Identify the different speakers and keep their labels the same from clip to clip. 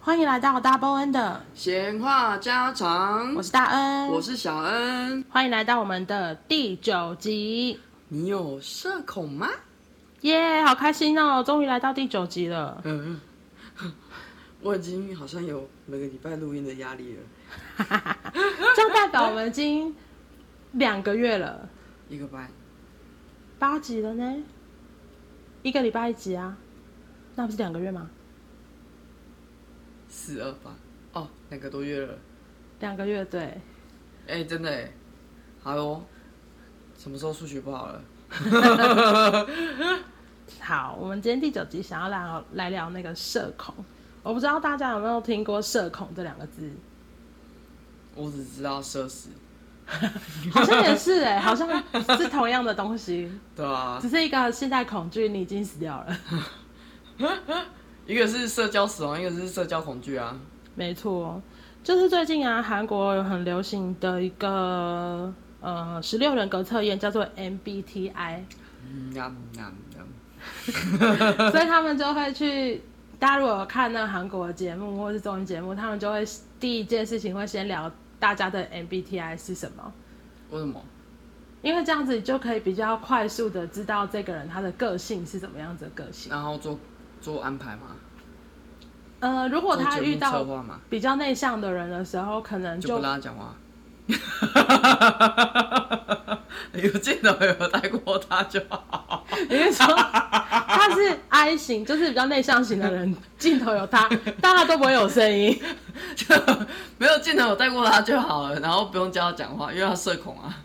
Speaker 1: 欢迎来到大波恩的，
Speaker 2: 闲话家常，
Speaker 1: 我是大恩，
Speaker 2: 嗯我是小恩。
Speaker 1: 欢迎来到我们的第九集，
Speaker 2: 你有社恐吗？
Speaker 1: 耶、好开心哦，终于来到第九集 了。
Speaker 2: 嗯，我已经好像有每个礼拜录音的压力了，
Speaker 1: 这样代表我们已经两个月了，
Speaker 2: 一个班
Speaker 1: 八集了呢，一个礼拜一集啊，那不是两个月吗？
Speaker 2: 四二八，哦，两个多月了。
Speaker 1: 两个月对，
Speaker 2: 哎、真的哎，好哟。什么时候数学不好了？
Speaker 1: 好，我们今天第九集想要来来聊那个社恐，我不知道大家有没有听过社恐这两个字，
Speaker 2: 我只知道社死，
Speaker 1: 好像也是哎、好像是同样的东西，
Speaker 2: 对啊，
Speaker 1: 只是一个现在恐惧你已经死掉了。
Speaker 2: 一个是社交死亡，一个是社交恐惧啊。
Speaker 1: 没错，就是最近啊，韩国有很流行的一个呃十六人格测验，叫做 MBTI，
Speaker 2: 嗯呀呀呀！
Speaker 1: 所以他们就会去。大家如果有看那韩国的节目或是综艺节目，他们就会第一件事情会先聊大家的 MBTI 是什么，
Speaker 2: 为什么？
Speaker 1: 因为这样子你就可以比较快速的知道这个人他的个性是怎么样子的个性。
Speaker 2: 然后做做安排嘛，
Speaker 1: 呃，如果
Speaker 2: 做
Speaker 1: 他
Speaker 2: 节
Speaker 1: 遇
Speaker 2: 目策
Speaker 1: 到
Speaker 2: 划嘛，
Speaker 1: 比较内向的人的时候，可能
Speaker 2: 就
Speaker 1: 就
Speaker 2: 不让他讲话。 有见到有带过他就好，
Speaker 1: 你是说他是 I 型，就是比较内向型的人，镜头有他，但他都不会有声音。
Speaker 2: 就没有见到有带过他就好了，然后不用教他讲话，因为他社恐啊。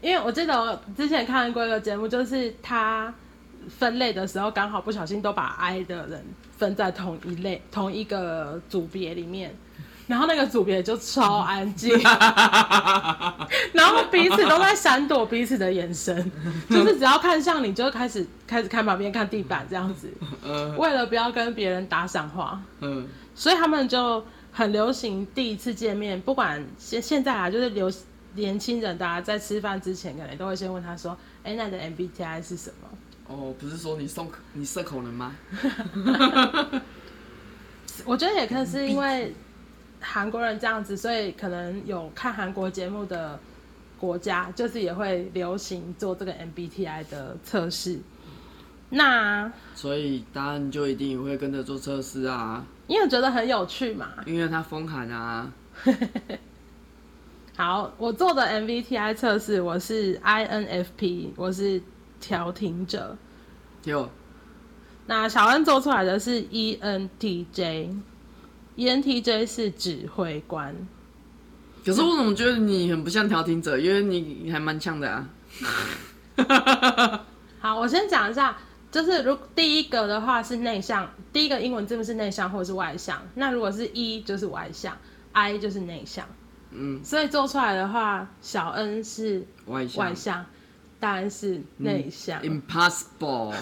Speaker 1: 因为我记得我之前看过一个节目，就是他分类的时候，刚好不小心都把 I 的人分在同一类、同一个组别里面，然后那个组别就超安静， 然后彼此都在闪躲彼此的眼神，就是只要看向你，就会开始开始看旁边、看地板这样子，
Speaker 2: 嗯
Speaker 1: 为了不要跟别人打赏话。
Speaker 2: 嗯，
Speaker 1: 所以他们就很流行第一次见面，不管现现在啊，就是流年轻人大家在吃饭之前，可能都会先问他说：“哎、那你的 MBTI 是什么
Speaker 2: 哦，不是说你送你社恐了吗？？”
Speaker 1: 我觉得也可能是因为韩国人这样子，所以可能有看韩国节目的国家，就是也会流行做这个 MBTI 的测试。那
Speaker 2: 所以答案就一定也会跟着做测试啊，
Speaker 1: 你也觉得很有趣嘛？
Speaker 2: 因为他风寒啊。
Speaker 1: 好，我做的 MBTI 测试，我是 INFP，我是调停者。
Speaker 2: 有
Speaker 1: 那小恩做出来的是 E ENTJ，ENTJ E 是指挥官，
Speaker 2: 可是我怎么觉得你很不像调停者，因为你你还蛮像的啊。
Speaker 1: 好，我先讲一下，就是如第一个的话是内向，第一个英文字母是内向或是外向。那如果是 E 就是外向，I 就是内向，
Speaker 2: 嗯，
Speaker 1: 所以做出来的话，小恩是
Speaker 2: 外向。
Speaker 1: 外向，大恩是内向。
Speaker 2: Impossible，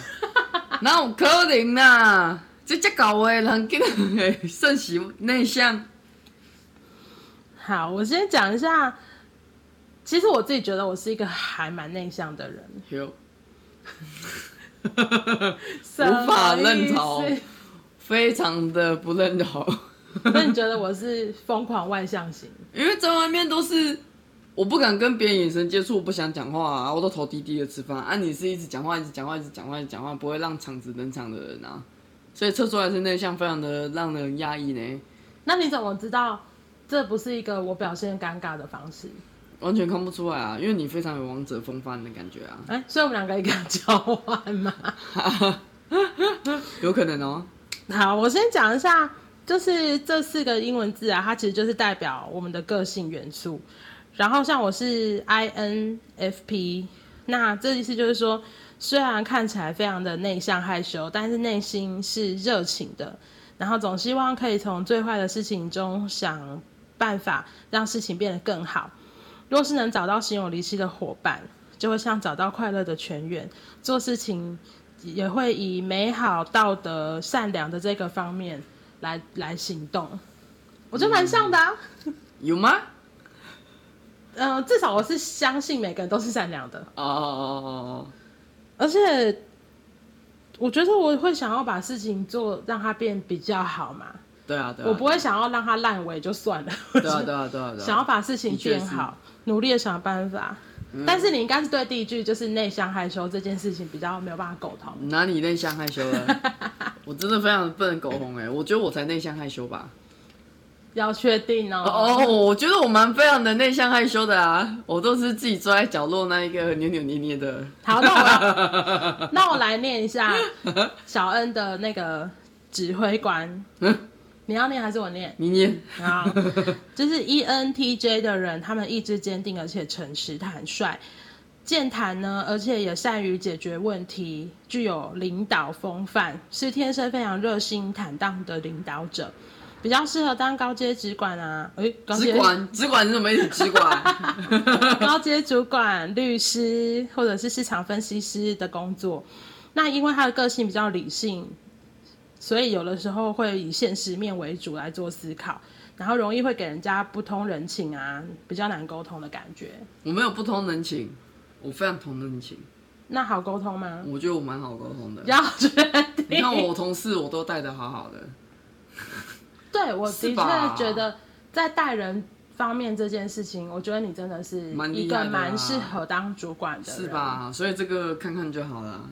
Speaker 2: 哪有可能啊？这只狗的人竟然会甚是内向，
Speaker 1: 好，我先讲一下，其实我自己觉得我是一个还蛮内向的人，
Speaker 2: 有
Speaker 1: 无
Speaker 2: 无法认同非常的不认同，
Speaker 1: 那你觉得我是疯狂外向型？
Speaker 2: 因为在外面都是我不敢跟别人眼神接触，我不想讲话啊，我都头低低的吃饭啊。你是一直讲话，一直讲话，一直讲话，一直讲话，不会让场子冷场的人啊。所以测出来是内向，非常的让人压抑呢，
Speaker 1: 那你怎么知道这不是一个我表现尴尬的方式？
Speaker 2: 完全看不出来啊，因为你非常有王者风范的感觉啊，
Speaker 1: 哎、所以我们两个一个交换嘛。
Speaker 2: 有可能哦、
Speaker 1: 好，我先讲一下，就是这四个英文字啊，它其实就是代表我们的个性元素。然后像我是 INFP，那这意思就是说，虽然看起来非常的内向害羞，但是内心是热情的，然后总希望可以从最坏的事情中想办法让事情变得更好。若是能找到心有灵犀的伙伴，就会像找到快乐的泉源，做事情也会以美好、道德、善良的这个方面来来行动。我觉得蛮像的、啊，
Speaker 2: 有吗？
Speaker 1: 嗯、至少我是相信每个人都是善良的，
Speaker 2: 哦哦哦哦哦。
Speaker 1: 而且我觉得我会想要把事情做让它变比较好嘛，
Speaker 2: 对啊，对啊，
Speaker 1: 我不会想要让它烂尾就算了，
Speaker 2: 对啊，对啊，对啊，对啊，
Speaker 1: 想要把事情变好，努力的想办法。
Speaker 2: 嗯
Speaker 1: 但是你应该是对第一句就是内向害羞这件事情比较没有办法苟同。
Speaker 2: 哪里内向害羞 了？我真的非常不能苟同哎、我觉得我才内向害羞吧。
Speaker 1: 要确定哦，
Speaker 2: 哦，我觉得我蛮非常的内向害羞的啊，我都是自己坐在角落那一个扭扭捏捏的。
Speaker 1: 好，那我那我来念一下小恩的那个指挥官，你要念还是我念？
Speaker 2: 你念，
Speaker 1: 啊，就是 E ENTJ 的人，他们意志坚定而且诚实坦率，健谈呢，而且也善于解决问题，具有领导风范，是天生非常热心坦荡的领导者，比较适合当高阶主管啊，诶、高
Speaker 2: 只
Speaker 1: 阶
Speaker 2: 管只管是什么意思？只 管
Speaker 1: 高阶主管、律师或者是市场分析师的工作。那因为他的个性比较理性，所以有的时候会以现实面为主来做思考，然后容易会给人家不通人情啊，比较难沟通的感觉。
Speaker 2: 我没有不通人情，我非常通人情，
Speaker 1: 那好沟通吗？
Speaker 2: 我觉得我蛮好沟通的
Speaker 1: 比。较确定。
Speaker 2: 嗯你看我同事，我都带的好好的。
Speaker 1: 对我的
Speaker 2: 是
Speaker 1: 确
Speaker 2: 吧
Speaker 1: 觉得在待人方面这件事情，我觉得你真的是
Speaker 2: 蛮
Speaker 1: 一
Speaker 2: 厉
Speaker 1: 个
Speaker 2: 害的啊
Speaker 1: 蛮适合当主管的，
Speaker 2: 是？吧？所以这个看看就好了。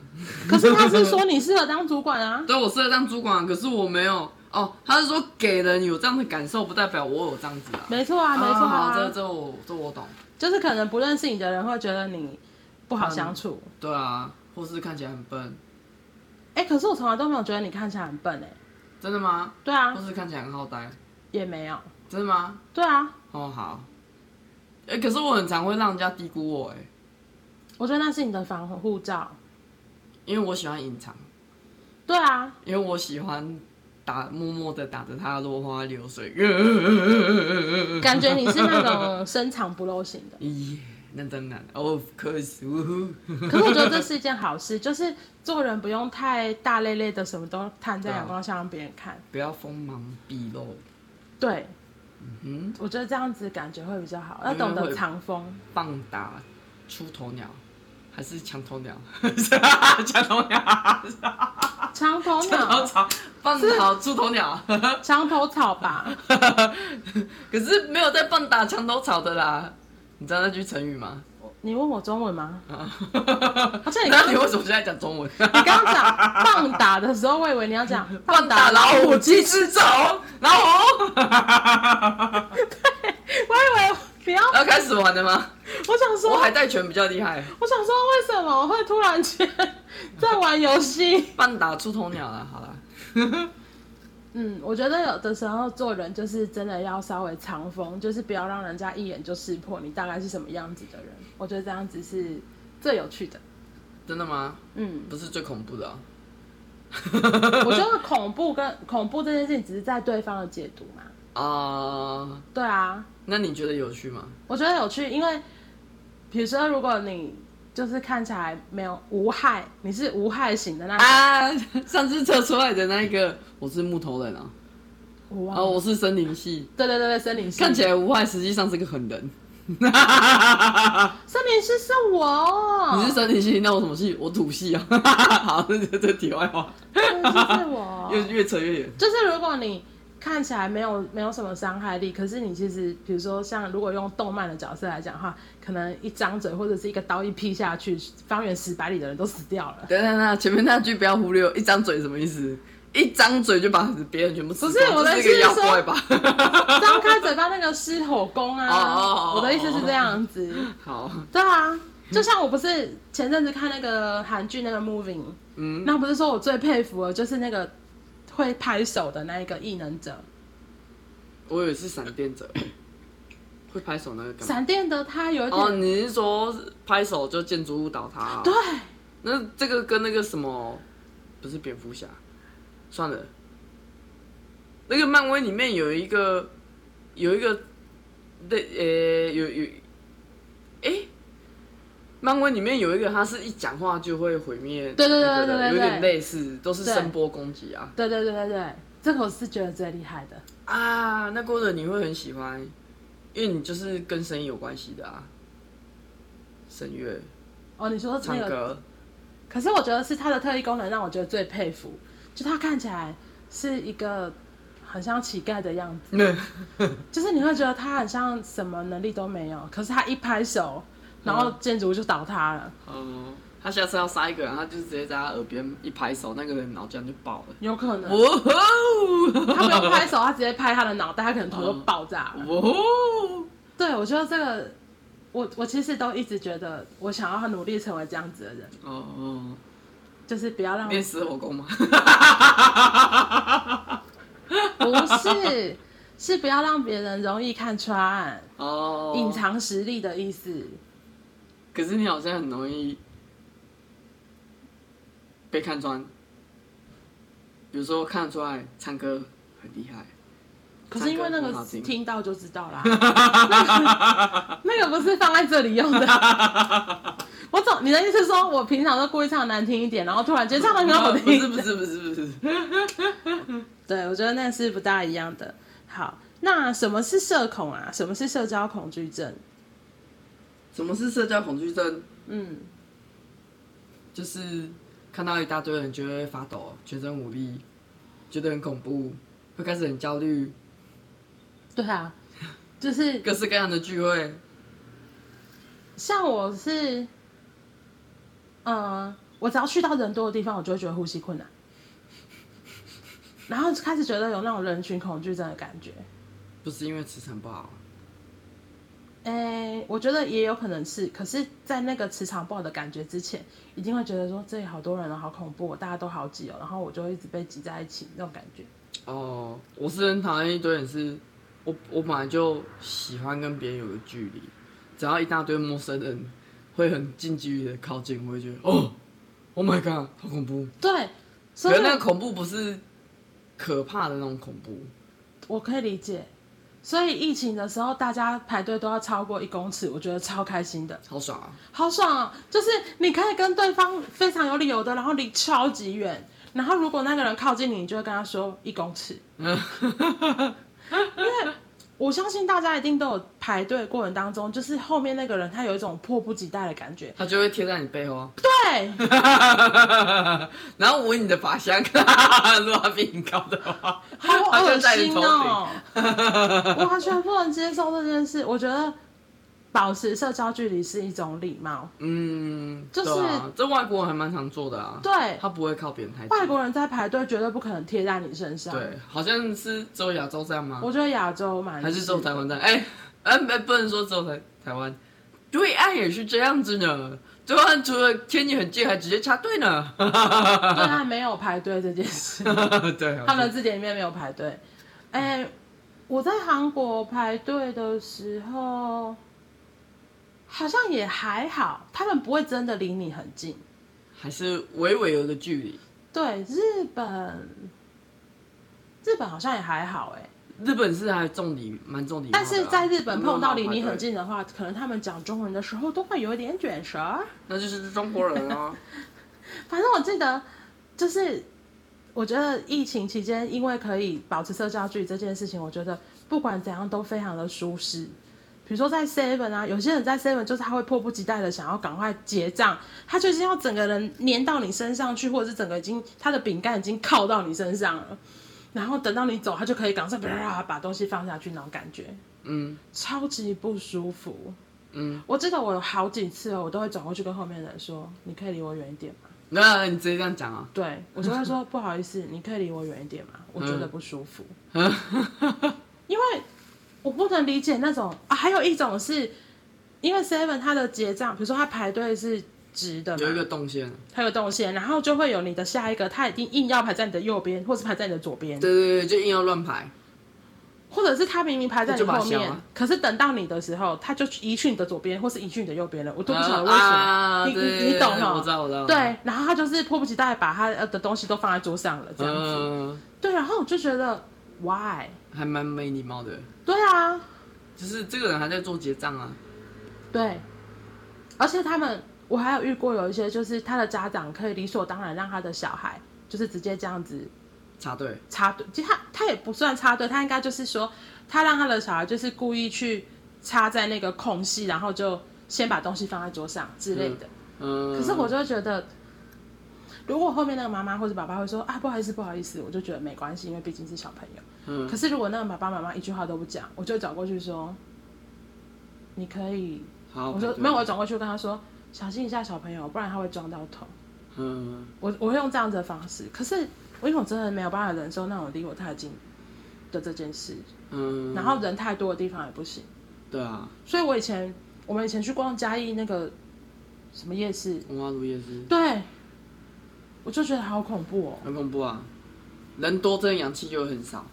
Speaker 1: 可是他是 说你适合当主管啊，
Speaker 2: 对我适合当主管，可是我没有哦。他是说给人有这样的感受，不代表我有这样子啊。
Speaker 1: 没错啊，没错
Speaker 2: 啊
Speaker 1: 啊
Speaker 2: 这这我这我懂。
Speaker 1: 就是可能不认识你的人会觉得你不好相处。
Speaker 2: 对啊，或是看起来很笨，
Speaker 1: 哎、可是我从来都没有觉得你看起来很笨哎、
Speaker 2: 真的吗？
Speaker 1: 对
Speaker 2: 或
Speaker 1: 啊，
Speaker 2: 是看起来很好呆，
Speaker 1: 也没有。
Speaker 2: 真的吗？
Speaker 1: 对啊，
Speaker 2: 哦，好。哎、可是我很常会让人家低估我哎、
Speaker 1: 我觉得那是你的防护罩。
Speaker 2: 因为我喜欢隐藏，
Speaker 1: 对啊，
Speaker 2: 因为我喜欢打默默的打着他的落花流水。
Speaker 1: 感觉你是那种深藏不露 型的。
Speaker 2: 咦，那当然，of course，呜呼
Speaker 1: 可是我觉得这是一件好事，就是做人不用太大咧咧的，什么都摊在阳光下让别人看。
Speaker 2: 不要锋芒毕露，
Speaker 1: 对，
Speaker 2: 嗯，
Speaker 1: 我觉得这样子感嗯觉会比较好，要懂得藏风。
Speaker 2: 棒打出头鸟，还是墙头鸟？ 墙头鸟，
Speaker 1: 墙头
Speaker 2: 头
Speaker 1: 鸟，
Speaker 2: 草，棒打出头鸟。
Speaker 1: 墙啊头草吧？
Speaker 2: 可是没有在棒打墙头草的啦，你知道那句成语吗？
Speaker 1: 你问我中文吗？而且你刚
Speaker 2: 那你为什么现在讲中文？
Speaker 1: 你刚刚讲棒打的时候，我以为你要讲
Speaker 2: 棒打老虎，鸡翅走，老虎。
Speaker 1: 我以为不要，
Speaker 2: 要开始玩了吗？
Speaker 1: 我想说，
Speaker 2: 我
Speaker 1: 我
Speaker 2: 海带拳比较厉害，
Speaker 1: 想说，为什么我会突然间在玩游戏？
Speaker 2: 棒打出头鸟了，好了。
Speaker 1: 嗯，我觉得有的时候做人就是真的要稍微藏锋，就是不要让人家一眼就识破你大概是什么样子的人。我觉得这样子是最有趣的。
Speaker 2: 真的吗？
Speaker 1: 嗯，
Speaker 2: 不是最恐怖的、啊，
Speaker 1: 我觉得恐怖跟恐怖这件事情只是在对方的解读嘛。
Speaker 2: 啊
Speaker 1: 对啊，
Speaker 2: 那你觉得有趣吗？
Speaker 1: 我觉得有趣，因为比如说，如果你就是看起来没有无害，你是无害型的那种，
Speaker 2: 啊， 上次测出来的那一个，我是木头人啊，
Speaker 1: 我忘
Speaker 2: 啊，
Speaker 1: 了
Speaker 2: 我是森林系，
Speaker 1: 对对对对，森林系
Speaker 2: 看起来无害，实际上是个狠 人。
Speaker 1: 森林系是我，哦
Speaker 2: 你是森林系，那我什么系？我土系啊。 好，这这这题外话，，
Speaker 1: 森林系是我
Speaker 2: 越越扯越远。
Speaker 1: 就是如果你看起来没有没有什么伤害力，可是你其实比如说像如果用动漫的角色来讲的话，可能一张嘴或者是一个刀一劈下去，方圆十百里的人都死掉 了。
Speaker 2: 等等等，前面那句不要忽略，一张嘴什么意思？一张嘴就把别人全部吃
Speaker 1: 不是
Speaker 2: 光
Speaker 1: 我的
Speaker 2: 这是一个
Speaker 1: 意
Speaker 2: 妖
Speaker 1: 思是
Speaker 2: 怪吧？
Speaker 1: 张开嘴巴那个狮吼功啊，
Speaker 2: 哦哦哦哦
Speaker 1: 我的意思是这样子。
Speaker 2: 好，
Speaker 1: 对啊，就像我不是前阵子看那个韩剧那个 Moving，
Speaker 2: 嗯，
Speaker 1: 那不是说我最佩服的就是那个会拍手的那一个异能者，
Speaker 2: 我以为是闪电者，会拍手那个干嘛？
Speaker 1: 闪电的他有一点、
Speaker 2: 哦，你是说拍手就建筑物倒塌、啊？
Speaker 1: 对，
Speaker 2: 那这个跟那个什么，不是蝙蝠侠，算了。那个漫威里面有一个，有一个，对，呃、有有，哎、漫威里面有一个，他是一讲话就会毁灭那
Speaker 1: 对
Speaker 2: 个
Speaker 1: 对
Speaker 2: 人，
Speaker 1: 对对对对
Speaker 2: 有点类似，都是
Speaker 1: 对
Speaker 2: 声波攻击啊
Speaker 1: 对对对对对，这个我是觉得最厉害的。
Speaker 2: 啊，那个人你会很喜欢，因为你就是跟声音有关系的啊，声乐、
Speaker 1: 哦，你说
Speaker 2: 唱
Speaker 1: 那个，
Speaker 2: 歌，
Speaker 1: 可是我觉得是他的特异功能让我觉得最佩服，就他看起来是一个很像乞丐的样子，
Speaker 2: 嗯
Speaker 1: 就是你会觉得他很像什么能力都没有，可是他一拍手，然后建筑物就倒塌了，
Speaker 2: 哦，他下次要杀一个人，他就直接在他耳边一拍手，那个人脑浆就爆了。
Speaker 1: 有可能
Speaker 2: 哇哦！
Speaker 1: 他不用拍手，他直接拍他的脑袋，他可能头就爆炸了。
Speaker 2: 哇哦！
Speaker 1: 对，我觉得这个，我我其实都一直觉得，我想要努力成为这样子的人，
Speaker 2: 哦哦，
Speaker 1: 就是不要让
Speaker 2: 练死火功吗？
Speaker 1: 不是是不要让别人容易看穿，
Speaker 2: 哦，
Speaker 1: 隐。藏实力的意思。
Speaker 2: 可是你好像很容易被看穿，比如说看得出来唱歌很厉害，
Speaker 1: 可是因为那
Speaker 2: 唱歌不好
Speaker 1: 个
Speaker 2: 听
Speaker 1: 听到就知道啦， 那个不是放在这里用的。 我总你的意思是说我平常都故意唱难听一点，然后突然间唱的很好听？
Speaker 2: 不是不是不是不是，不是
Speaker 1: 对，我觉得那是不大一样的。好，那什么是社恐啊？什么是社交恐惧症？
Speaker 2: 什么是社交恐惧症？
Speaker 1: 嗯，
Speaker 2: 就是看到一大堆人就会发抖，全身无力，觉得很恐怖，会开始很焦虑，
Speaker 1: 对啊，就是
Speaker 2: 各式各样的聚会，
Speaker 1: 像我是，嗯、我只要去到人多的地方，我就会觉得呼吸困难， 然后就开始觉得有那种人群恐惧症的感觉。
Speaker 2: 不是因为磁场不好，
Speaker 1: 哎，我觉得也有可能是，可是，在那个磁场不好的感觉之前，一定会觉得说这里好多人哦，好恐怖哦，大家都好挤哦，然后我就一直被挤在一起那种感觉。
Speaker 2: 哦，我是很讨厌一堆人是，我我本来就喜欢跟别人有个距离，只要一大堆陌生人会很近距离的靠近，我会觉得哦，Oh my god，好恐怖。
Speaker 1: 对，所
Speaker 2: 可
Speaker 1: 以
Speaker 2: 是那个恐怖不是可怕的那种恐怖，
Speaker 1: 我可以理解。所以疫情的时候，大家排队都要超过一公尺，我觉得超开心的，
Speaker 2: 好爽啊！
Speaker 1: 好爽哦、就是你可以跟对方非常有理由的，然后离超级远，然后如果那个人靠近你，你就会跟他说一公尺。因为我相信大家一定都有排队过程当中，就是后面那个人他有一种迫不及待的感觉。
Speaker 2: 他就会贴在你背后啊，
Speaker 1: 对，
Speaker 2: 然后闻你的发香。 如果他比你高的话，
Speaker 1: 好
Speaker 2: 他
Speaker 1: 恶
Speaker 2: 就在你
Speaker 1: 心
Speaker 2: 头顶。
Speaker 1: 哦！我完全不能接受这件事。我觉得保持社交距离是一种礼貌。
Speaker 2: 嗯，
Speaker 1: 就是
Speaker 2: 对啊、这外国人还蛮常做的啊。
Speaker 1: 对
Speaker 2: 他不会靠别人太近。
Speaker 1: 外国人在排队绝对不可能贴在你身上。
Speaker 2: 对，好像是只有亚洲这样吗？
Speaker 1: 我觉得亚洲蛮
Speaker 2: 还是只有台湾这样？哎、哎、哎不能说只有台台湾，对岸也是这样子呢。对岸除了天气很近，还直接插队呢。
Speaker 1: 对他没有排队这件事，
Speaker 2: 对，啊
Speaker 1: 他们的字典里面没有排队。哎、我在韩国排队的时候，好像也还好，他们不会真的离你很近。
Speaker 2: 还是微微有个距离。
Speaker 1: 对，日本，日本好像也还好、哎。
Speaker 2: 日本是还重礼，蛮重礼貌的啊、
Speaker 1: 但是在日本碰到离你
Speaker 2: 没有
Speaker 1: 很
Speaker 2: 排队，
Speaker 1: 近的话，可能他们讲中文的时候都会有一点卷舌儿。
Speaker 2: 那就是中国人啊。
Speaker 1: 反正我记得，就是我觉得疫情期间，因为可以保持社交距离这件事情，我觉得不管怎样都非常的舒适。比如说在 Seven 啊，有些人在 Seven 就是他会迫不及待的想要赶快结账，他就是要整个人粘到你身上去，或者是整个已经他的饼干已经靠到你身上了，然后等到你走，他就可以赶上啪把东西放下去那种感觉，
Speaker 2: 嗯
Speaker 1: 超级不舒服。
Speaker 2: 嗯，
Speaker 1: 我记得我有好几次哦，我都会转过去跟后面的人说：“你可以离我远一点吗
Speaker 2: 那你直接这样讲啊？”？
Speaker 1: 对我就会说：“不好意思，你可以离我远一点吗？我觉得不舒服。
Speaker 2: 嗯
Speaker 1: 因为我不能理解那种啊，还有一种是因为 Seven 它的结账，比如说它排队是直的
Speaker 2: 有一个
Speaker 1: 嘛，
Speaker 2: 动线，
Speaker 1: 它有动线，然后就会有你的下一个，他已经硬要排在你的右边，或是排在你的左边，
Speaker 2: 对对对，就硬要乱排。
Speaker 1: 或者是他明明排在你
Speaker 2: 就把它
Speaker 1: 后面
Speaker 2: 消啊，
Speaker 1: 可是等到你的时候，他就移去你的左边，或是移去你的右边了，我都不晓得为什么。
Speaker 2: 啊，
Speaker 1: 你
Speaker 2: 对对
Speaker 1: 你
Speaker 2: 对
Speaker 1: 你懂吗？
Speaker 2: 我知道我知道。
Speaker 1: 对，然后他就是迫不及待把他呃的东西都放在桌上了，这样子。
Speaker 2: 嗯，
Speaker 1: 对，然后我就觉得，why？
Speaker 2: 还蛮没礼貌的。
Speaker 1: 对啊，
Speaker 2: 就是这个人还在做结账啊，
Speaker 1: 对，而且他们，我还有遇过有一些，就是他的家长可以理所当然让他的小孩就是直接这样子
Speaker 2: 插队。
Speaker 1: 插队，其实他他也不算插队，他应该就是说，他让他的小孩就是故意去插在那个空隙，然后就先把东西放在桌上之类的。
Speaker 2: 嗯，
Speaker 1: 可是我就会觉得，如果后面那个妈妈或者爸爸会说啊不好意思不好意思，我就觉得没关系，因为毕竟是小朋友。
Speaker 2: 嗯
Speaker 1: 可是如果那个爸爸妈妈一句话都不讲，我就转过去说，你可以，
Speaker 2: 好，
Speaker 1: 我说没有，我，转过去跟他说小心一下小朋友，不然他会撞到头。
Speaker 2: 嗯，
Speaker 1: 我我会用这样子的方式，可是我因为我真的没有办法忍受那种离我太近的这件事，
Speaker 2: 嗯，
Speaker 1: 然后人太多的地方也不行，
Speaker 2: 对啊，
Speaker 1: 所以我以前我们以前去逛嘉义那个什么夜市，
Speaker 2: 文化路夜市
Speaker 1: 对，我就觉得好恐怖哦。
Speaker 2: 很恐怖啊，人多真的氧气就会很少，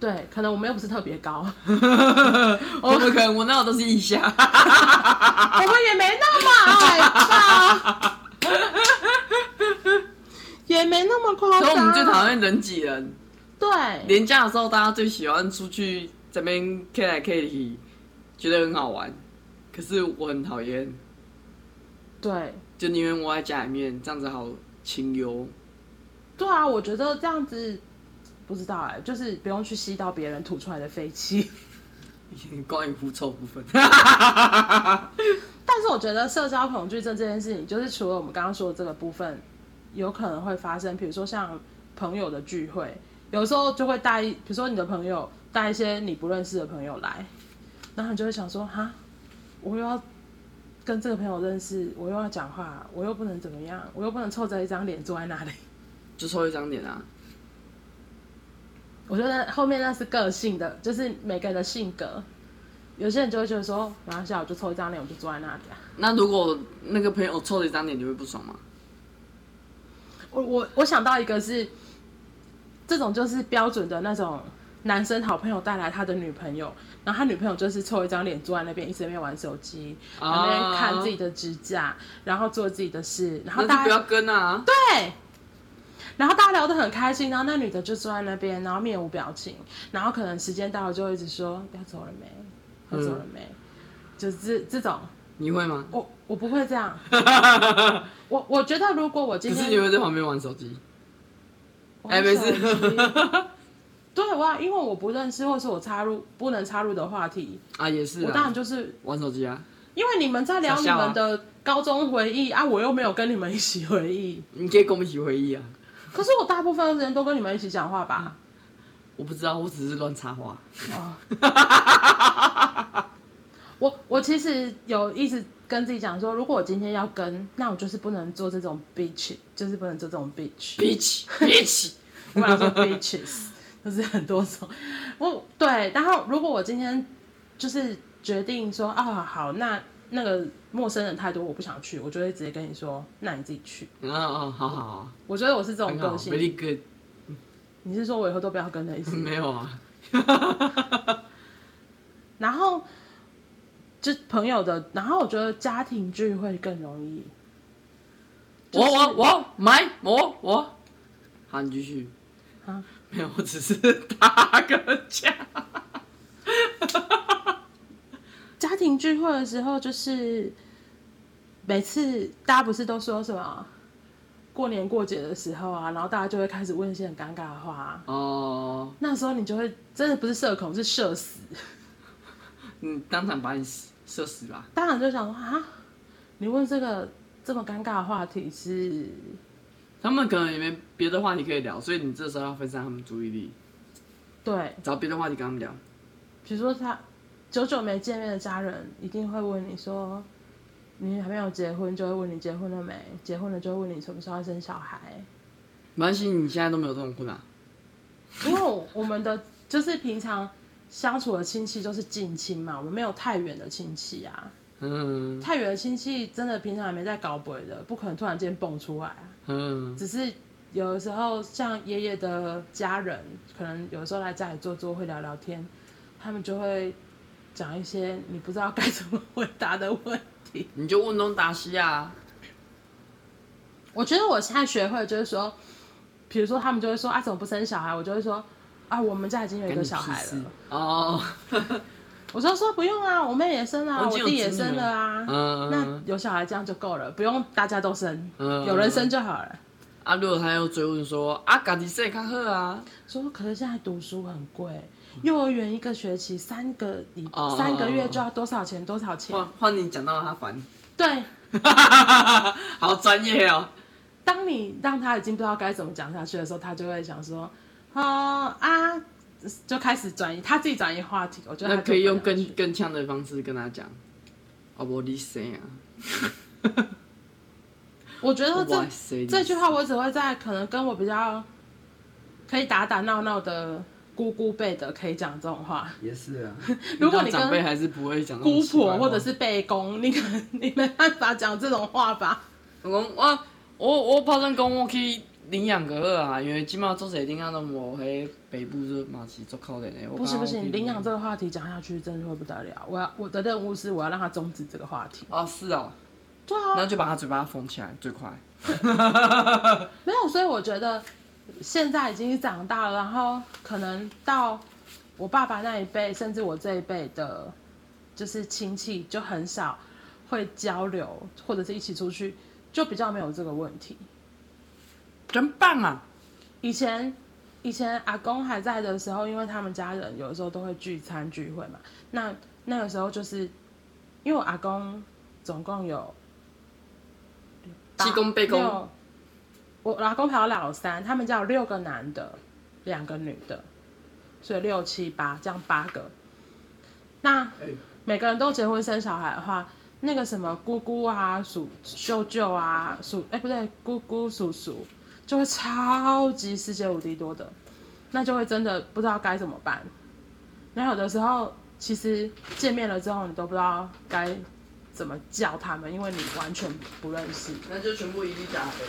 Speaker 1: 对，可能我们又不是特别 高，哦
Speaker 2: 我们可能闻到的都是腋下，
Speaker 1: 我们也没那么矮吧，也没那么夸张。
Speaker 2: 所以我们最
Speaker 1: 啊
Speaker 2: 讨厌人挤人。
Speaker 1: 对，
Speaker 2: 廉价的时候，大家最喜欢出去这边 K 来 K 去，觉得很好玩。可是我很讨厌，
Speaker 1: 对，
Speaker 2: 就宁愿窝在家里面，这样子好清幽。
Speaker 1: 对啊，我觉得这样子不知道哎、就是不用去吸到别人吐出来的废气。
Speaker 2: 关于狐臭部分，
Speaker 1: 但是我觉得社交恐惧症这件事情，就是除了我们刚刚说的这个部分，有可能会发生，比如说像朋友的聚会，有时候就会带一，比如说你的朋友带一些你不认识的朋友来，然后你就会想说，哈，我又要跟这个朋友认识，我又要讲话，我又不能怎么样，我又不能凑着一张脸坐在那里。
Speaker 2: 就抽一张脸啊。
Speaker 1: 我觉得后面那是个性的，就是每个人的性格。有些人就会觉得说，没关系啊，我就凑一张脸，我就坐在那里啊。
Speaker 2: 那如果那个朋友抽了一张脸，你会不爽吗？
Speaker 1: 我我我想到一个是，这种就是标准的那种男生好朋友带来他的女朋友，然后他女朋友就是凑一张脸坐在那边，一直在那边玩手机，然后在那边看自己的指甲，然后做自己的事，然后
Speaker 2: 哦
Speaker 1: 大
Speaker 2: 那就不
Speaker 1: 家
Speaker 2: 要跟啊。
Speaker 1: 对。然后大家聊得很开心，然后那女的就坐在那边，然后面无表情，然后可能时间到了就会一直说要走了没，要走了
Speaker 2: 嗯
Speaker 1: 没，就是这这种，
Speaker 2: 你会吗？
Speaker 1: 我我不会这 样，我我觉得如果我今
Speaker 2: 可是
Speaker 1: 天
Speaker 2: 你会在旁边玩手机？哎
Speaker 1: 玩
Speaker 2: 没
Speaker 1: 手
Speaker 2: 事
Speaker 1: 机 对，我要因为我不认识，或是我插入不能插入的话题，
Speaker 2: 啊，也是
Speaker 1: 我当
Speaker 2: 啊
Speaker 1: 然，就是
Speaker 2: 玩手机啊。
Speaker 1: 因为你们在聊
Speaker 2: 小
Speaker 1: 你
Speaker 2: 笑啊
Speaker 1: 们的高中回忆啊，我又没有跟你们一起回 忆。
Speaker 2: 你可以跟我们一起回忆啊。
Speaker 1: 可是我大部分的时间都跟你们一起讲话 吧？
Speaker 2: 我不知道，我只是乱 插话。
Speaker 1: 哦，我我其实有一直跟自己讲说，如果我今天要跟，那我就是不能做这种 bitch，就是不能做这种 bitch。
Speaker 2: Bitch bitch，
Speaker 1: 我想说 bitches，就是 很多种。我对，然后如果我今天就是决定说啊，好，那那个陌生人太多，我不想去，我就会直接跟你说，那你自己去。
Speaker 2: 啊啊，好好好，
Speaker 1: 我觉得我是这种
Speaker 2: 很好
Speaker 1: 个性。
Speaker 2: ，very good。
Speaker 1: 你是说我以后都不要跟的意思？
Speaker 2: 没有啊，
Speaker 1: 然后就朋友的，然后我觉得家庭聚会更容易。就
Speaker 2: 我
Speaker 1: 是
Speaker 2: 我我买我我，好，你继续。
Speaker 1: 啊，
Speaker 2: 没有，我只是打个架。
Speaker 1: 家庭聚会的时候，就是每次大家不是都说什么过年过节的时候啊，然后大家就会开始问一些很尴尬的话、啊。
Speaker 2: 哦，
Speaker 1: 那时候你就会真的不是社恐，是社死。
Speaker 2: 嗯，当场把你死射死吧。
Speaker 1: 当然就想说啊，你问这个这么尴尬的话题是，
Speaker 2: 他们可能也没别的话题可以聊，所以你这时候要分散他们注意力，
Speaker 1: 对，
Speaker 2: 找别的话题跟他们聊。
Speaker 1: 比如说他久久没见面的家人一定会问你说，你还没有结婚，就会问你结婚了没，结婚了就会问你什么时候要生小孩。
Speaker 2: 没关系，你现在都没有这种困难。
Speaker 1: 因为我们的就是平常相处的亲戚就是近亲嘛，我们没有太远的亲戚啊。
Speaker 2: 嗯
Speaker 1: 太远的亲戚真的平常也没在搞鬼的，不可能突然间蹦出来啊。
Speaker 2: 嗯，
Speaker 1: 只是有的时候像爷爷的家人，可能有时候来家里坐坐会聊聊天，他们就会讲一些你不知道该怎么回答的问题。
Speaker 2: 你就问东答西啊。
Speaker 1: 我觉得我现在学会就是说，比如说他们就会说啊怎么不生小孩，我就会说啊我们家已经有一
Speaker 2: 跟
Speaker 1: 个
Speaker 2: 你
Speaker 1: 小孩
Speaker 2: 屁事
Speaker 1: 了。
Speaker 2: 哦，
Speaker 1: 我说说不用啊，我妹也生啊，
Speaker 2: 我已
Speaker 1: 我
Speaker 2: 经有
Speaker 1: 弟也
Speaker 2: 子女
Speaker 1: 生了啊，
Speaker 2: 嗯
Speaker 1: 那有小孩这样就够了，不用大家都生，
Speaker 2: 嗯
Speaker 1: 有人生就好了。
Speaker 2: 啊，如果他又追问说啊，家己说较好啊，
Speaker 1: 说可是现在读书很贵，幼儿园一个学期三个礼、
Speaker 2: 哦
Speaker 1: 三个月就要多少钱多少钱？
Speaker 2: 换换你讲到他烦，
Speaker 1: 对，
Speaker 2: 好专业哦。
Speaker 1: 当你让他已经不知道该怎么讲下去的时候，他就会想说，哦啊，就开始转移他自己转移话题。我觉得
Speaker 2: 那
Speaker 1: 啊他就
Speaker 2: 可以用
Speaker 1: 不想
Speaker 2: 更
Speaker 1: 去
Speaker 2: 更呛的方式跟他讲，啊，我你谁啊？
Speaker 1: 我觉得这
Speaker 2: 哇塞，
Speaker 1: 这 句话我只会在可能跟我比较可以打打闹闹的姑姑辈的可以讲这种话。
Speaker 3: 也是啊，
Speaker 1: 如果你
Speaker 2: 当长辈
Speaker 1: 跟
Speaker 2: 还是不会讲这种
Speaker 1: 姑
Speaker 2: 奇怪
Speaker 1: 婆
Speaker 2: 的话
Speaker 1: 或者是贝公，你可能你没办法讲这种话吧？
Speaker 2: 我讲我我我保证讲我去领养个好啊，因为即马做侪领养都无迄北部就嘛是足可怜啊的。我
Speaker 1: 不行不行，领养这
Speaker 2: 个
Speaker 1: 个话题讲下去真的会不得了。我要我的任务是我要让他终止这个话题。
Speaker 2: 哦是哦，
Speaker 1: 对啊，
Speaker 2: 那就把他嘴巴缝起来最快。
Speaker 1: 没有，所以我觉得现在已经长大了，然后可能到我爸爸那一辈，甚至我这一辈的，就是亲戚就很少会交流，或者是一起出去，就比较没有这个问题。
Speaker 2: 真棒啊！
Speaker 1: 以前以前阿公还在的时候，因为他们家人有的时候都会聚餐聚会嘛，那那个时候就是因为我阿公总共有八
Speaker 2: 七公八公
Speaker 1: 六我我阿公还有老三，他们家有六个男的，两个女的，所以六七八这样八个。那
Speaker 3: 哎
Speaker 1: 每个人都结婚生小孩的话，那个什么姑姑啊、叔舅舅啊、叔哎、不对，姑姑叔叔就会超级世界无敌多的，那就会真的不知道该怎么办。然后有的时候其实见面了之后，你都不知道该怎么叫他们，因为你完全不认识。
Speaker 2: 那就全部一律打飞。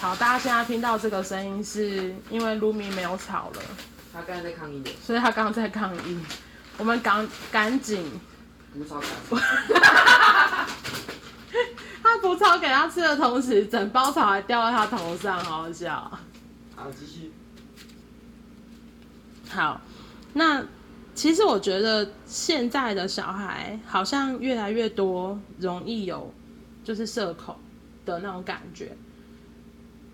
Speaker 1: 好，大家现在听到这个声音，是因为卢米没有吵了，
Speaker 2: 他刚才在抗议的，
Speaker 1: 所以他刚刚在抗议。我们赶赶紧
Speaker 2: 不超
Speaker 1: 他补草给他吃的同时，整包草还掉到他头上，好好笑。
Speaker 2: 好，继续。
Speaker 1: 好，那其实我觉得现在的小孩好像越来越多容易有就是社恐的那种感觉。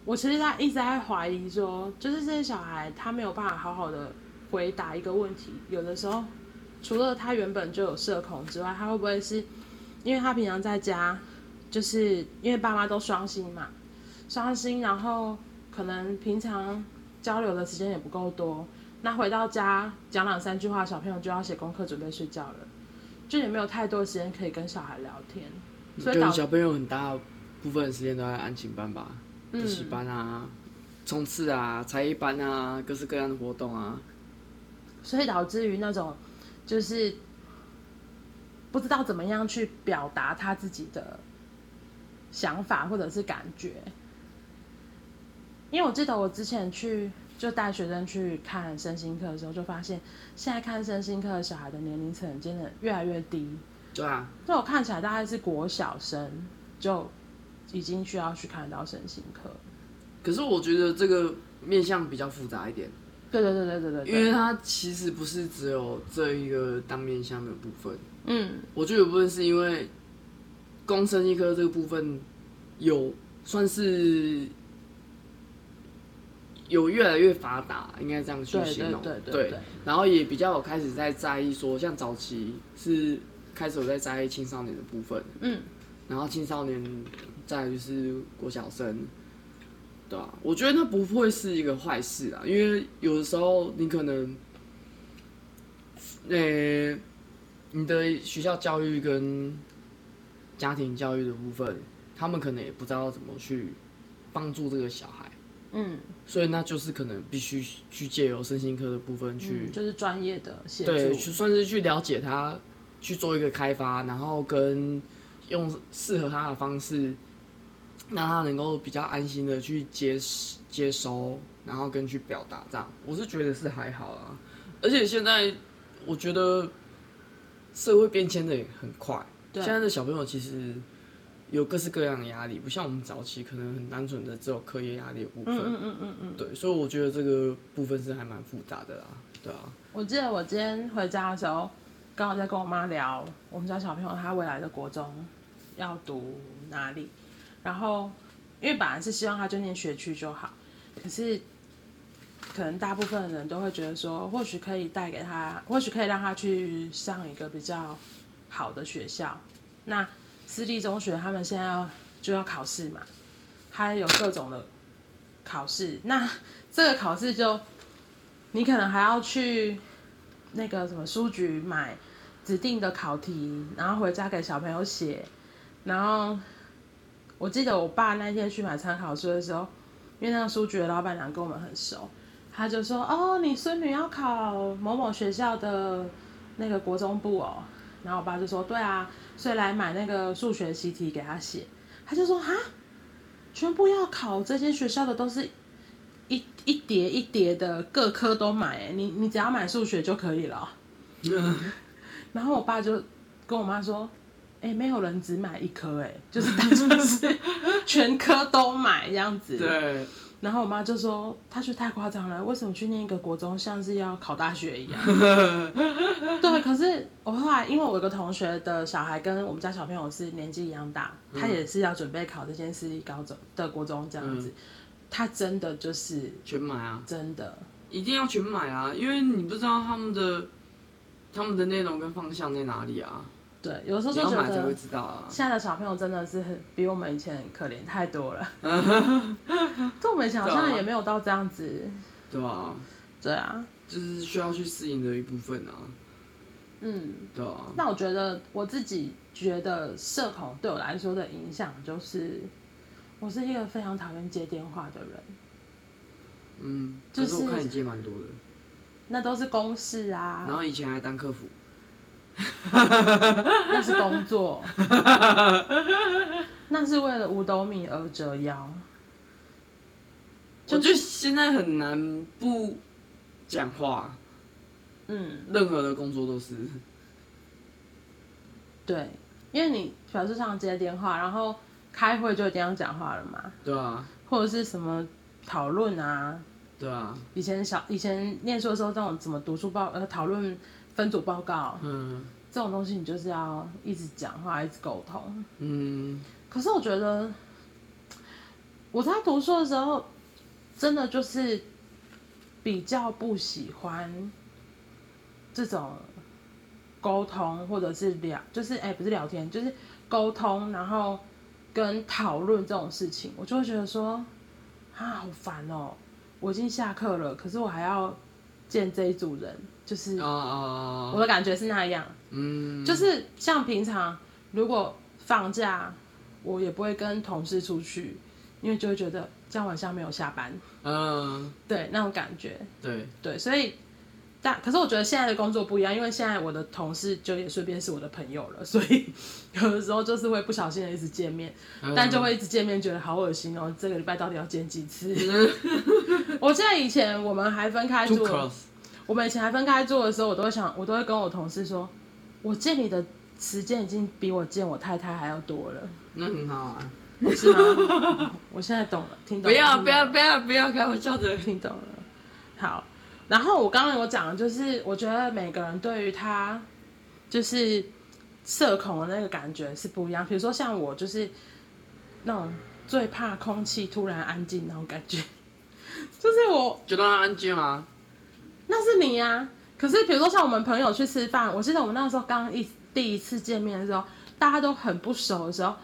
Speaker 1: 我其实在一直在怀疑说，就是这些小孩他没有办法好好的回答一个问题，有的时候除了他原本就有社恐之外，他会不会是因为他平常在家，就是因为爸妈都双薪嘛，双薪，然后可能平常交流的时间也不够多，那回到家讲两三句话，小朋友就要写功课准备睡觉了，就也没有太多时间可以跟小孩聊天，所以导
Speaker 2: 对，
Speaker 1: 致
Speaker 2: 小朋友很大部分的时间都在安亲班吧，补习
Speaker 1: 嗯
Speaker 2: 班啊、冲刺啊、才艺班啊，各式各样的活动啊。
Speaker 1: 所以导致于那种就是不知道怎么样去表达他自己的想法或者是感觉。因为我记得我之前去就带学生去看身心课的时候，就发现现在看身心课的小孩的年龄层真的越来越低，
Speaker 2: 对啊，
Speaker 1: 所以我看起来大概是国小生就已经需要去看到身心课。
Speaker 2: 可是我觉得这个面向比较复杂一点。
Speaker 1: 对对对对对对对，
Speaker 2: 因为它其实不是只有这一个当面向的部分，
Speaker 1: 嗯
Speaker 2: 我觉得有部分是因为工生一科这个部分有算是有越来越发达，应该这样去
Speaker 1: 对
Speaker 2: 形容。
Speaker 1: 对对对对
Speaker 2: 然后也比较有开始在在意说，像早期是开始有在在意青少年的部分，
Speaker 1: 嗯，
Speaker 2: 然后青少年再来就是国小生，对啊，我觉得那不会是一个坏事啊，因为有的时候你可能，呃、你的学校教育跟家庭教育的部分，他们可能也不知道怎么去帮助这个小孩，
Speaker 1: 嗯，
Speaker 2: 所以那就是可能必须去借由身心科的部分去、
Speaker 1: 嗯就是专业的协助。
Speaker 2: 对，去算是去了解他，去做一个开发，然后跟用适合他的方式，让他能够比较安心的去接接收，然后跟去表达这样。我是觉得是还好啊，而且现在我觉得社会变迁的也很快，
Speaker 1: 对
Speaker 2: 现在的小朋友其实。有各式各样的压力，不像我们早期可能很单纯的只有课业压力的部分，
Speaker 1: 嗯嗯嗯嗯嗯，
Speaker 2: 对，所以我觉得这个部分是还蛮复杂的啦，对啊，
Speaker 1: 我记得我今天回家的时候，刚好在跟我妈聊我们家小朋友他未来的国中要读哪里，然后因为本来是希望他就念学区就好，可是可能大部分的人都会觉得说，或许可以带给他，或许可以让他去上一个比较好的学校。那私立中学他们现在要就要考试嘛，它有各种的考试，那这个考试就你可能还要去那个什么书局买指定的考题，然后回家给小朋友写。然后我记得我爸那天去买参考书的时候，因为那个书局的老板娘跟我们很熟，他就说：“哦，你孙女要考某某学校的那个国中部哦。”然后我爸就说：“对啊，所以来买那个数学习题给他写。”他就说：“啊，全部要考这间学校的都是一一叠一叠的，各科都买，你你只要买数学就可以了哦。”然后我爸就跟我妈说：“哎、没有人只买一科、哎，就是大家是 全科都买这样子。”
Speaker 2: 对，
Speaker 1: 然后我妈就说：“她觉得太夸张了，为什么去念一个国中像是要考大学一样？” 对，可是我后来因为我有个同学的小孩跟我们家小朋友是年纪一样大，
Speaker 2: 嗯
Speaker 1: 他也是要准备考这件私立高中的国中这样子，
Speaker 2: 嗯
Speaker 1: 他真的就是
Speaker 2: 全买啊，
Speaker 1: 真的
Speaker 2: 一定要全买啊，因为你不知道他们的他们的内容跟方向在哪里啊，
Speaker 1: 对，有时候
Speaker 2: 你
Speaker 1: 就
Speaker 2: 要
Speaker 1: 觉
Speaker 2: 买才
Speaker 1: 得
Speaker 2: 会知道啊。
Speaker 1: 现在的小朋友真的是很比我们以前很可怜太多 了，跟我们以前好
Speaker 2: 对
Speaker 1: 像
Speaker 2: 啊
Speaker 1: 也没有到这样子，
Speaker 2: 对啊，
Speaker 1: 对啊，
Speaker 2: 就是需要去适应的一部分啊，
Speaker 1: 嗯。
Speaker 2: 对啊，
Speaker 1: 那我觉得我自己觉得社恐对我来说的影响就是，我是一个非常讨厌接电话的人，
Speaker 2: 嗯，
Speaker 1: 就
Speaker 2: 可
Speaker 1: 是
Speaker 2: 是我看你接蛮多的，
Speaker 1: 那都是公事啊
Speaker 2: 然，后以前还当客服，
Speaker 1: 那是工作，那是为了五斗米而折腰。
Speaker 2: 我觉得现在很难不讲话，
Speaker 1: 嗯，
Speaker 2: 任何的工作都是，
Speaker 1: 对，因为你表示上接电话，然后开会就一定要讲话了嘛，
Speaker 2: 对啊，
Speaker 1: 或者是什么讨论啊。
Speaker 2: 对啊，
Speaker 1: 以前小以前念书的时候，这种怎么读书报呃讨论分组报告，
Speaker 2: 嗯
Speaker 1: 这种东西你就是要一直讲话，一直沟通。
Speaker 2: 嗯，
Speaker 1: 可是我觉得我在读书的时候，真的就是比较不喜欢这种沟通，或者是聊，就是哎、不是聊天，就是沟通，然后跟讨论这种事情，我就会觉得说啊，好烦哦！我已经下课了，可是我还要见这一组人，就是
Speaker 2: 啊啊，
Speaker 1: 我的感觉是那样。
Speaker 2: 嗯，
Speaker 1: 就是像平常如果放假，我也不会跟同事出去，因为就会觉得这样晚上没有下班，
Speaker 2: 嗯，
Speaker 1: 对那种感觉，
Speaker 2: 对，
Speaker 1: 对，所以但可是我觉得现在的工作不一样，因为现在我的同事就也顺便是我的朋友了，所以有的时候就是会不小心的一直见 面，
Speaker 2: 嗯
Speaker 1: 但就会一直见面觉得好恶心哦，这个礼拜到底要见几 次？我记得以前我们还分开
Speaker 2: too
Speaker 1: 住，
Speaker 2: close，
Speaker 1: 我们以前还分开住的时候，我都会想，我都会跟我同事说，我见你的时间已经比我见我太太还要多 了，
Speaker 2: 那很好啊，
Speaker 1: 是吗？我现在懂了，听懂
Speaker 2: 不
Speaker 1: 了，
Speaker 2: 要
Speaker 1: 听懂了
Speaker 2: 不要不要不要开玩笑的，
Speaker 1: 听懂了。好，然后我刚刚有讲的就是，我觉得每个人对于他就是社恐的那个感觉是不一样。比如说像我就是那种最怕空气突然安静那种感觉， 就是我
Speaker 2: 就让他安静啊，
Speaker 1: 那是你呀、可是比如说像我们朋友去吃饭，我记得我们那时候刚一第一次见面的时候，大家都很不熟的时候，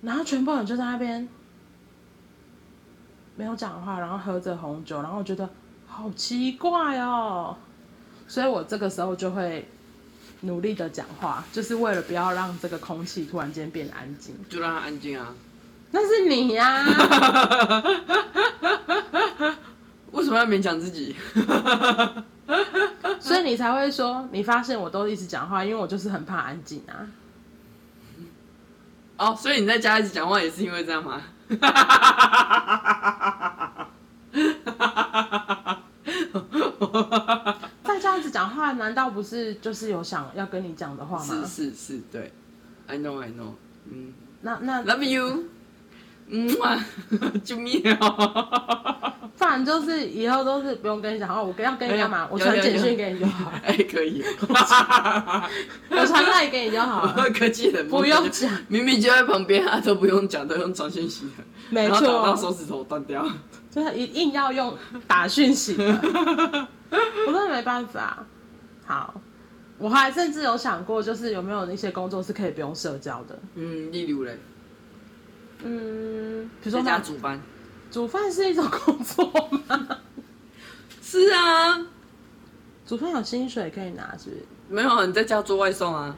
Speaker 1: 然后全部人就在那边没有讲话，然后喝着红酒，然后我觉得好奇怪哦，所以我这个时候就会努力的讲话，就是为了不要让这个空气突然间变安静。
Speaker 2: 就让他安静啊，
Speaker 1: 那是你啊呀、
Speaker 2: 为什么要勉强自己？
Speaker 1: 所以你才会说，你发现我都一直讲话，因为我就是很怕安静啊。
Speaker 2: 哦，所以你在家一直讲话也是因为这样吗？
Speaker 1: 再这样子讲话，难道不是就是有想要跟你讲的话
Speaker 2: 是
Speaker 1: 吗？
Speaker 2: 是是，对，I know I know，嗯
Speaker 1: 那那
Speaker 2: ，Love you，嗯 哇，救命哦！
Speaker 1: 不然就是以后都是不用跟你讲话，我 要跟你干嘛
Speaker 2: 哎呀？
Speaker 1: 我传
Speaker 2: 有有
Speaker 1: 简讯
Speaker 2: 有
Speaker 1: 给你就好了，
Speaker 2: 哎，可 以，
Speaker 1: 我传赖给你就好 了，
Speaker 2: 科技人
Speaker 1: 不用讲，
Speaker 2: 明明就在旁边，他都不用讲，都用传讯息的，
Speaker 1: 没
Speaker 2: 然后打到
Speaker 1: 错，
Speaker 2: 手指头断掉。
Speaker 1: 就是一硬要用打讯息的，我真的没办法。好，我还甚至有想过，就是有没有一些工作是可以不用社交的，
Speaker 2: 嗯，例如嘞，
Speaker 1: 嗯，比如
Speaker 2: 在
Speaker 1: 说
Speaker 2: 家
Speaker 1: 拿
Speaker 2: 煮饭。
Speaker 1: 煮饭是一种工作吗？
Speaker 2: 是啊，
Speaker 1: 煮饭有薪水可以拿，是不是？
Speaker 2: 没有啊你在家做外送啊，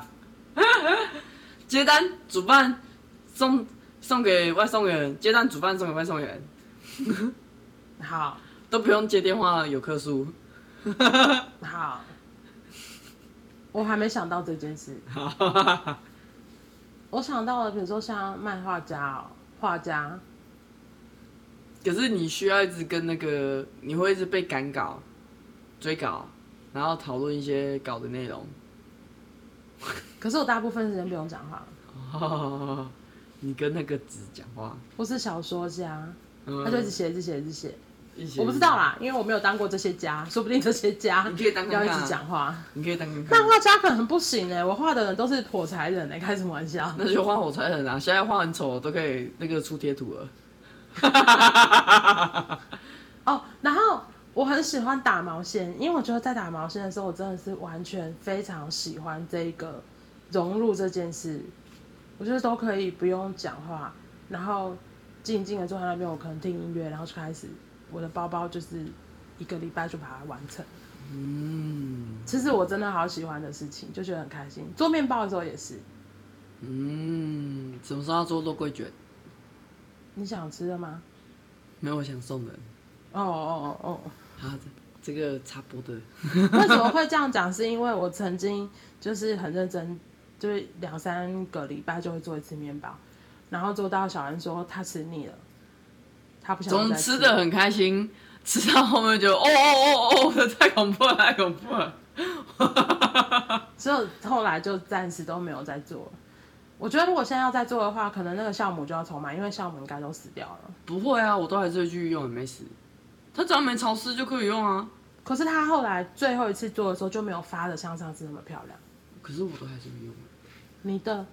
Speaker 2: 接单煮饭送送给外送员，接单煮饭送给外送员，
Speaker 1: 好，
Speaker 2: 都不用接电话，有客诉。
Speaker 1: 好，我还没想到这件事。我想到了，比如说像漫画家、哦、画家，
Speaker 2: 可是你需要一直跟那个，你会一直被赶稿、追稿，然后讨论一些稿的内容。
Speaker 1: 可是我大部分时间不用讲话，
Speaker 2: 你跟那个纸讲话，
Speaker 1: 我是小说家，
Speaker 2: 嗯
Speaker 1: 他就一直写、一直写、一直写。
Speaker 2: 一起
Speaker 1: 啊我不知道，啦，因为我没有当过这些家，说不定这些家
Speaker 2: 你可以当
Speaker 1: 要
Speaker 2: 看
Speaker 1: 一
Speaker 2: 看啊
Speaker 1: 直讲话。
Speaker 2: 你可以当看看
Speaker 1: 漫画家可能不行哎、我画的人都是火柴人哎、开什么玩笑？
Speaker 2: 那就画火柴人啊！现在画很丑都可以那个出贴图 了。
Speaker 1: 哦，然后我很喜欢打毛线，因为我觉得在打毛线的时候，我真的是完全非常喜欢这一个融入这件事。我觉得都可以不用讲话，然后静静的坐在那边，我可能听音乐，然后就开始我的包包就是一个礼拜就把它完成。
Speaker 2: 嗯
Speaker 1: 这是我真的好喜欢的事情，就觉得很开心。做面包的时候也是，
Speaker 2: 嗯，什么时候要做肉桂卷？
Speaker 1: 你想吃的吗？
Speaker 2: 没有，我想送人。
Speaker 1: 哦哦哦哦。
Speaker 2: 好的，这个插播的。
Speaker 1: 为什么会这样讲？是因为我曾经就是很认真，就是两三个礼拜就会做一次面包，然后做到小安说他吃腻了，他不想
Speaker 2: 总
Speaker 1: 再
Speaker 2: 吃嗯的。很开心，吃到后面就哦哦哦 哦，太恐怖了，太恐怖了。
Speaker 1: 所以后来就暂时都没有再做了。我觉得如果现在要再做的话，可能那个酵母就要重买，因为酵母应该都死掉了。
Speaker 2: 不会啊，我都还是会继续用，也没死。它只要没潮湿就可以用啊。
Speaker 1: 可是他后来最后一次做的时候就没有发的像上次那么漂亮。
Speaker 2: 可是我都还是会用，啊
Speaker 1: 你的，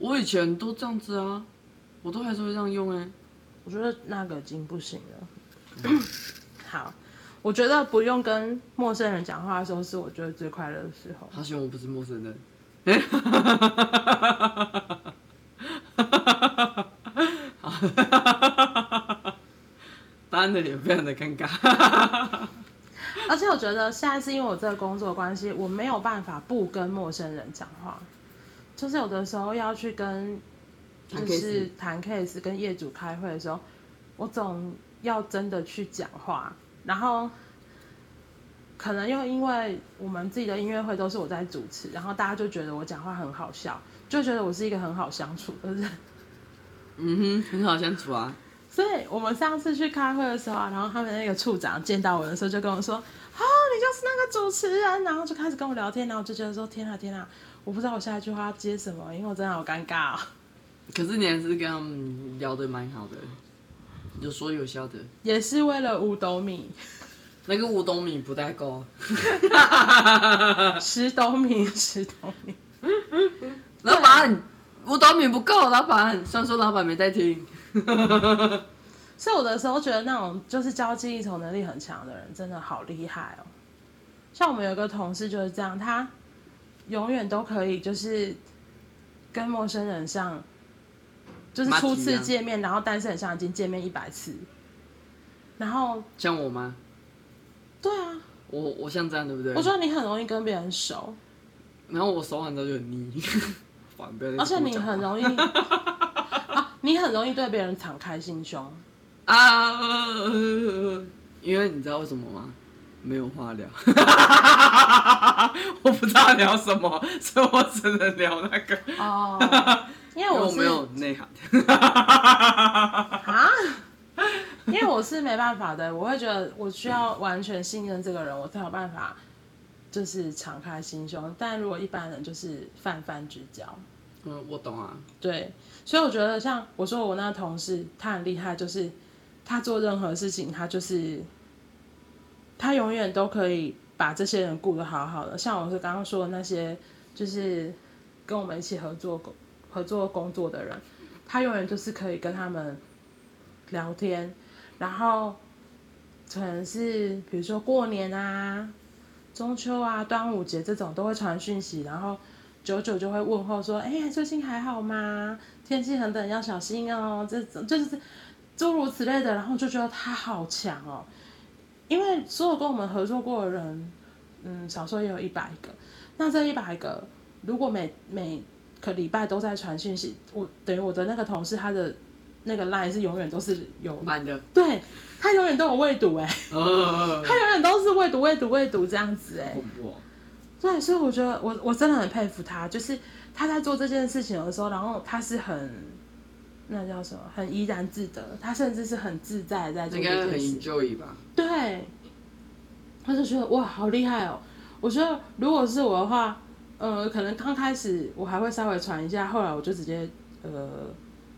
Speaker 2: 我以前都这样子啊，我都还是会这样用哎、
Speaker 1: 我觉得那个已经不行了。 好，我觉得不用跟陌生人讲话的时候是我觉得最快乐的时候。
Speaker 2: 好希望我不是陌 生人。答案的脸非常的尴尬。
Speaker 1: 而且我觉得现在是因为我这个工作的关系，我没有办法不跟陌生人讲话，就是有的时候要去跟就
Speaker 2: 谈
Speaker 1: 是
Speaker 2: case
Speaker 1: 嗯谈 case 跟业主开会的时候，我总要真的去讲话，然后可能又因为我们自己的音乐会都是我在主持，然后大家就觉得我讲话很好笑，就觉得我是一个很好相处的人。
Speaker 2: 嗯哼，很好相处啊。
Speaker 1: 所以我们上次去开会的时候啊，然后他们那个处长见到我的时候就跟我说：“哦，你就是那个主持人。”然后就开始跟我聊天，然后我就觉得说：“天啊，天啊，我不知道我下一句话要接什么，因为我真的好尴尬、哦。
Speaker 2: 可是你还是跟他们聊得蛮好的，有说有笑的。”
Speaker 1: 也是为了五斗米、
Speaker 2: 那个五斗米不 太够，
Speaker 1: 十斗米、十斗米。
Speaker 2: 老板，五斗米不够，老板。虽然说老板没在听，
Speaker 1: 所以我的时候觉得那种就是交际应酬能力很强的人，真的好厉害哦。像我们有一个同事就是这样，他永远都可以就是跟陌生人像，就是初次见面，然后但是很像已经见面一百次。然后，
Speaker 2: 像我吗？
Speaker 1: 对啊，
Speaker 2: 我我像这样对不对？
Speaker 1: 我觉得你很容易跟别人熟，
Speaker 2: 然后我手很早就很腻， 烦，不要再
Speaker 1: 而且
Speaker 2: 跟我
Speaker 1: 你
Speaker 2: 讲话
Speaker 1: 很容易、啊，你很容易对别人敞开心胸。
Speaker 2: 啊、因为你知道为什么吗？没有话聊， 我不知道聊什么，所以我只能聊那个，
Speaker 1: 哦，因为
Speaker 2: 因为
Speaker 1: 我
Speaker 2: 我
Speaker 1: 是
Speaker 2: 没有内涵。
Speaker 1: 啊？因为我是没办法的，我会觉得我需要完全信任这个人，我才有办法就是敞开心胸。但如果一般人就是泛泛之交，
Speaker 2: 嗯，我懂啊，
Speaker 1: 对，所以我觉得像我说我那同事，他很厉害，就是他做任何事情，他就是他永远都可以把这些人顾得好好的。像我是刚刚说的那些，就是跟我们一起合作工合作工作的人，他永远就是可以跟他们聊天，然后可能是比如说过年啊、中秋啊、端午节这种都会传讯息，然后久久就会问候说：“哎、最近还好吗？天气很冷，要小心哦。”这种就是诸如此类的，然后就觉得他好强哦，因为所有跟我们合作过的人，嗯，少说也有一百个，那这一百个如果每每个礼拜都在传讯息，我等于我的那个同事他的那个 line 是永远都是有，
Speaker 2: 满的，
Speaker 1: 对他永远都有未读哎、
Speaker 2: 呃，
Speaker 1: 他永远都是未读未读未读这样子哎、
Speaker 2: 恐怖哦，
Speaker 1: 对，所以我觉得我我真的很佩服他，就是他在做这件事情的时候，然后他是很那叫什么，很怡然自得，他甚至是很自在地在做
Speaker 2: 应
Speaker 1: 这
Speaker 2: 该很
Speaker 1: 件事。
Speaker 2: enjoy 吧？
Speaker 1: 对，我就觉得哇，好厉害哦！我觉得如果是我的话，呃，可能刚开始我还会稍微传一下，后来我就直接呃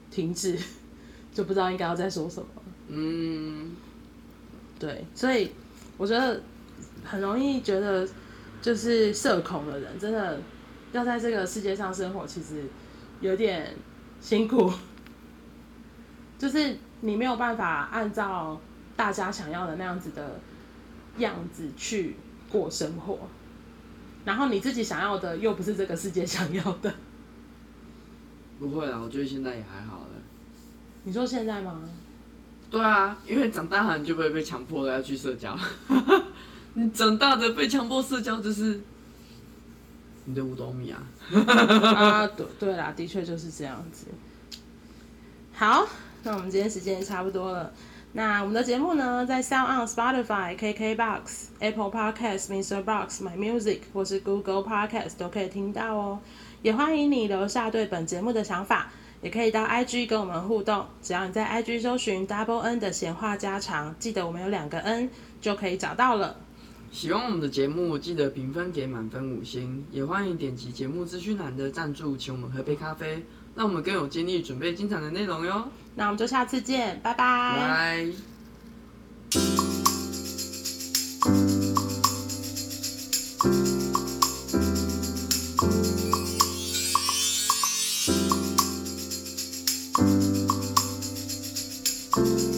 Speaker 1: 停止， 就不知道应该要再说什么。
Speaker 2: 嗯，
Speaker 1: 对，所以我觉得很容易觉得就是社恐的人，真的要在这个世界上生活，其实有点辛苦， 就是你没有办法按照大家想要的那样子的样子去过生活，然后你自己想要的又不是这个世界想要的。
Speaker 2: 不会啦，我觉得现在也还好了。
Speaker 1: 你说现在吗？
Speaker 2: 对啊，因为长大了你就不会被强迫的要去社交， 你长大的被强迫社交就是你的五斗米啊。
Speaker 1: 啊，对对啦，的确就是这样子。好，那我们今天时间也差不多了。那我们的节目呢，在 Sound on Spotify、KKBox、Apple Podcast、Mr. Box、My Music 或是 Google Podcast 都可以听到哦。也欢迎你留下对本节目的想法，也可以到 IG 跟我们互动。只要你在 IG 搜寻 Double N 的闲话家常，记得我们有两个 N 就可以找到了。
Speaker 2: 喜欢我们的节目，记得评分给满分五星，也欢迎点击节目资讯栏的赞助，请我们喝杯咖啡，让我们更有精力准备精彩的内容哟。
Speaker 1: 那我们就下次见，拜
Speaker 2: 拜
Speaker 1: 拜。
Speaker 2: 拜。
Speaker 1: Thank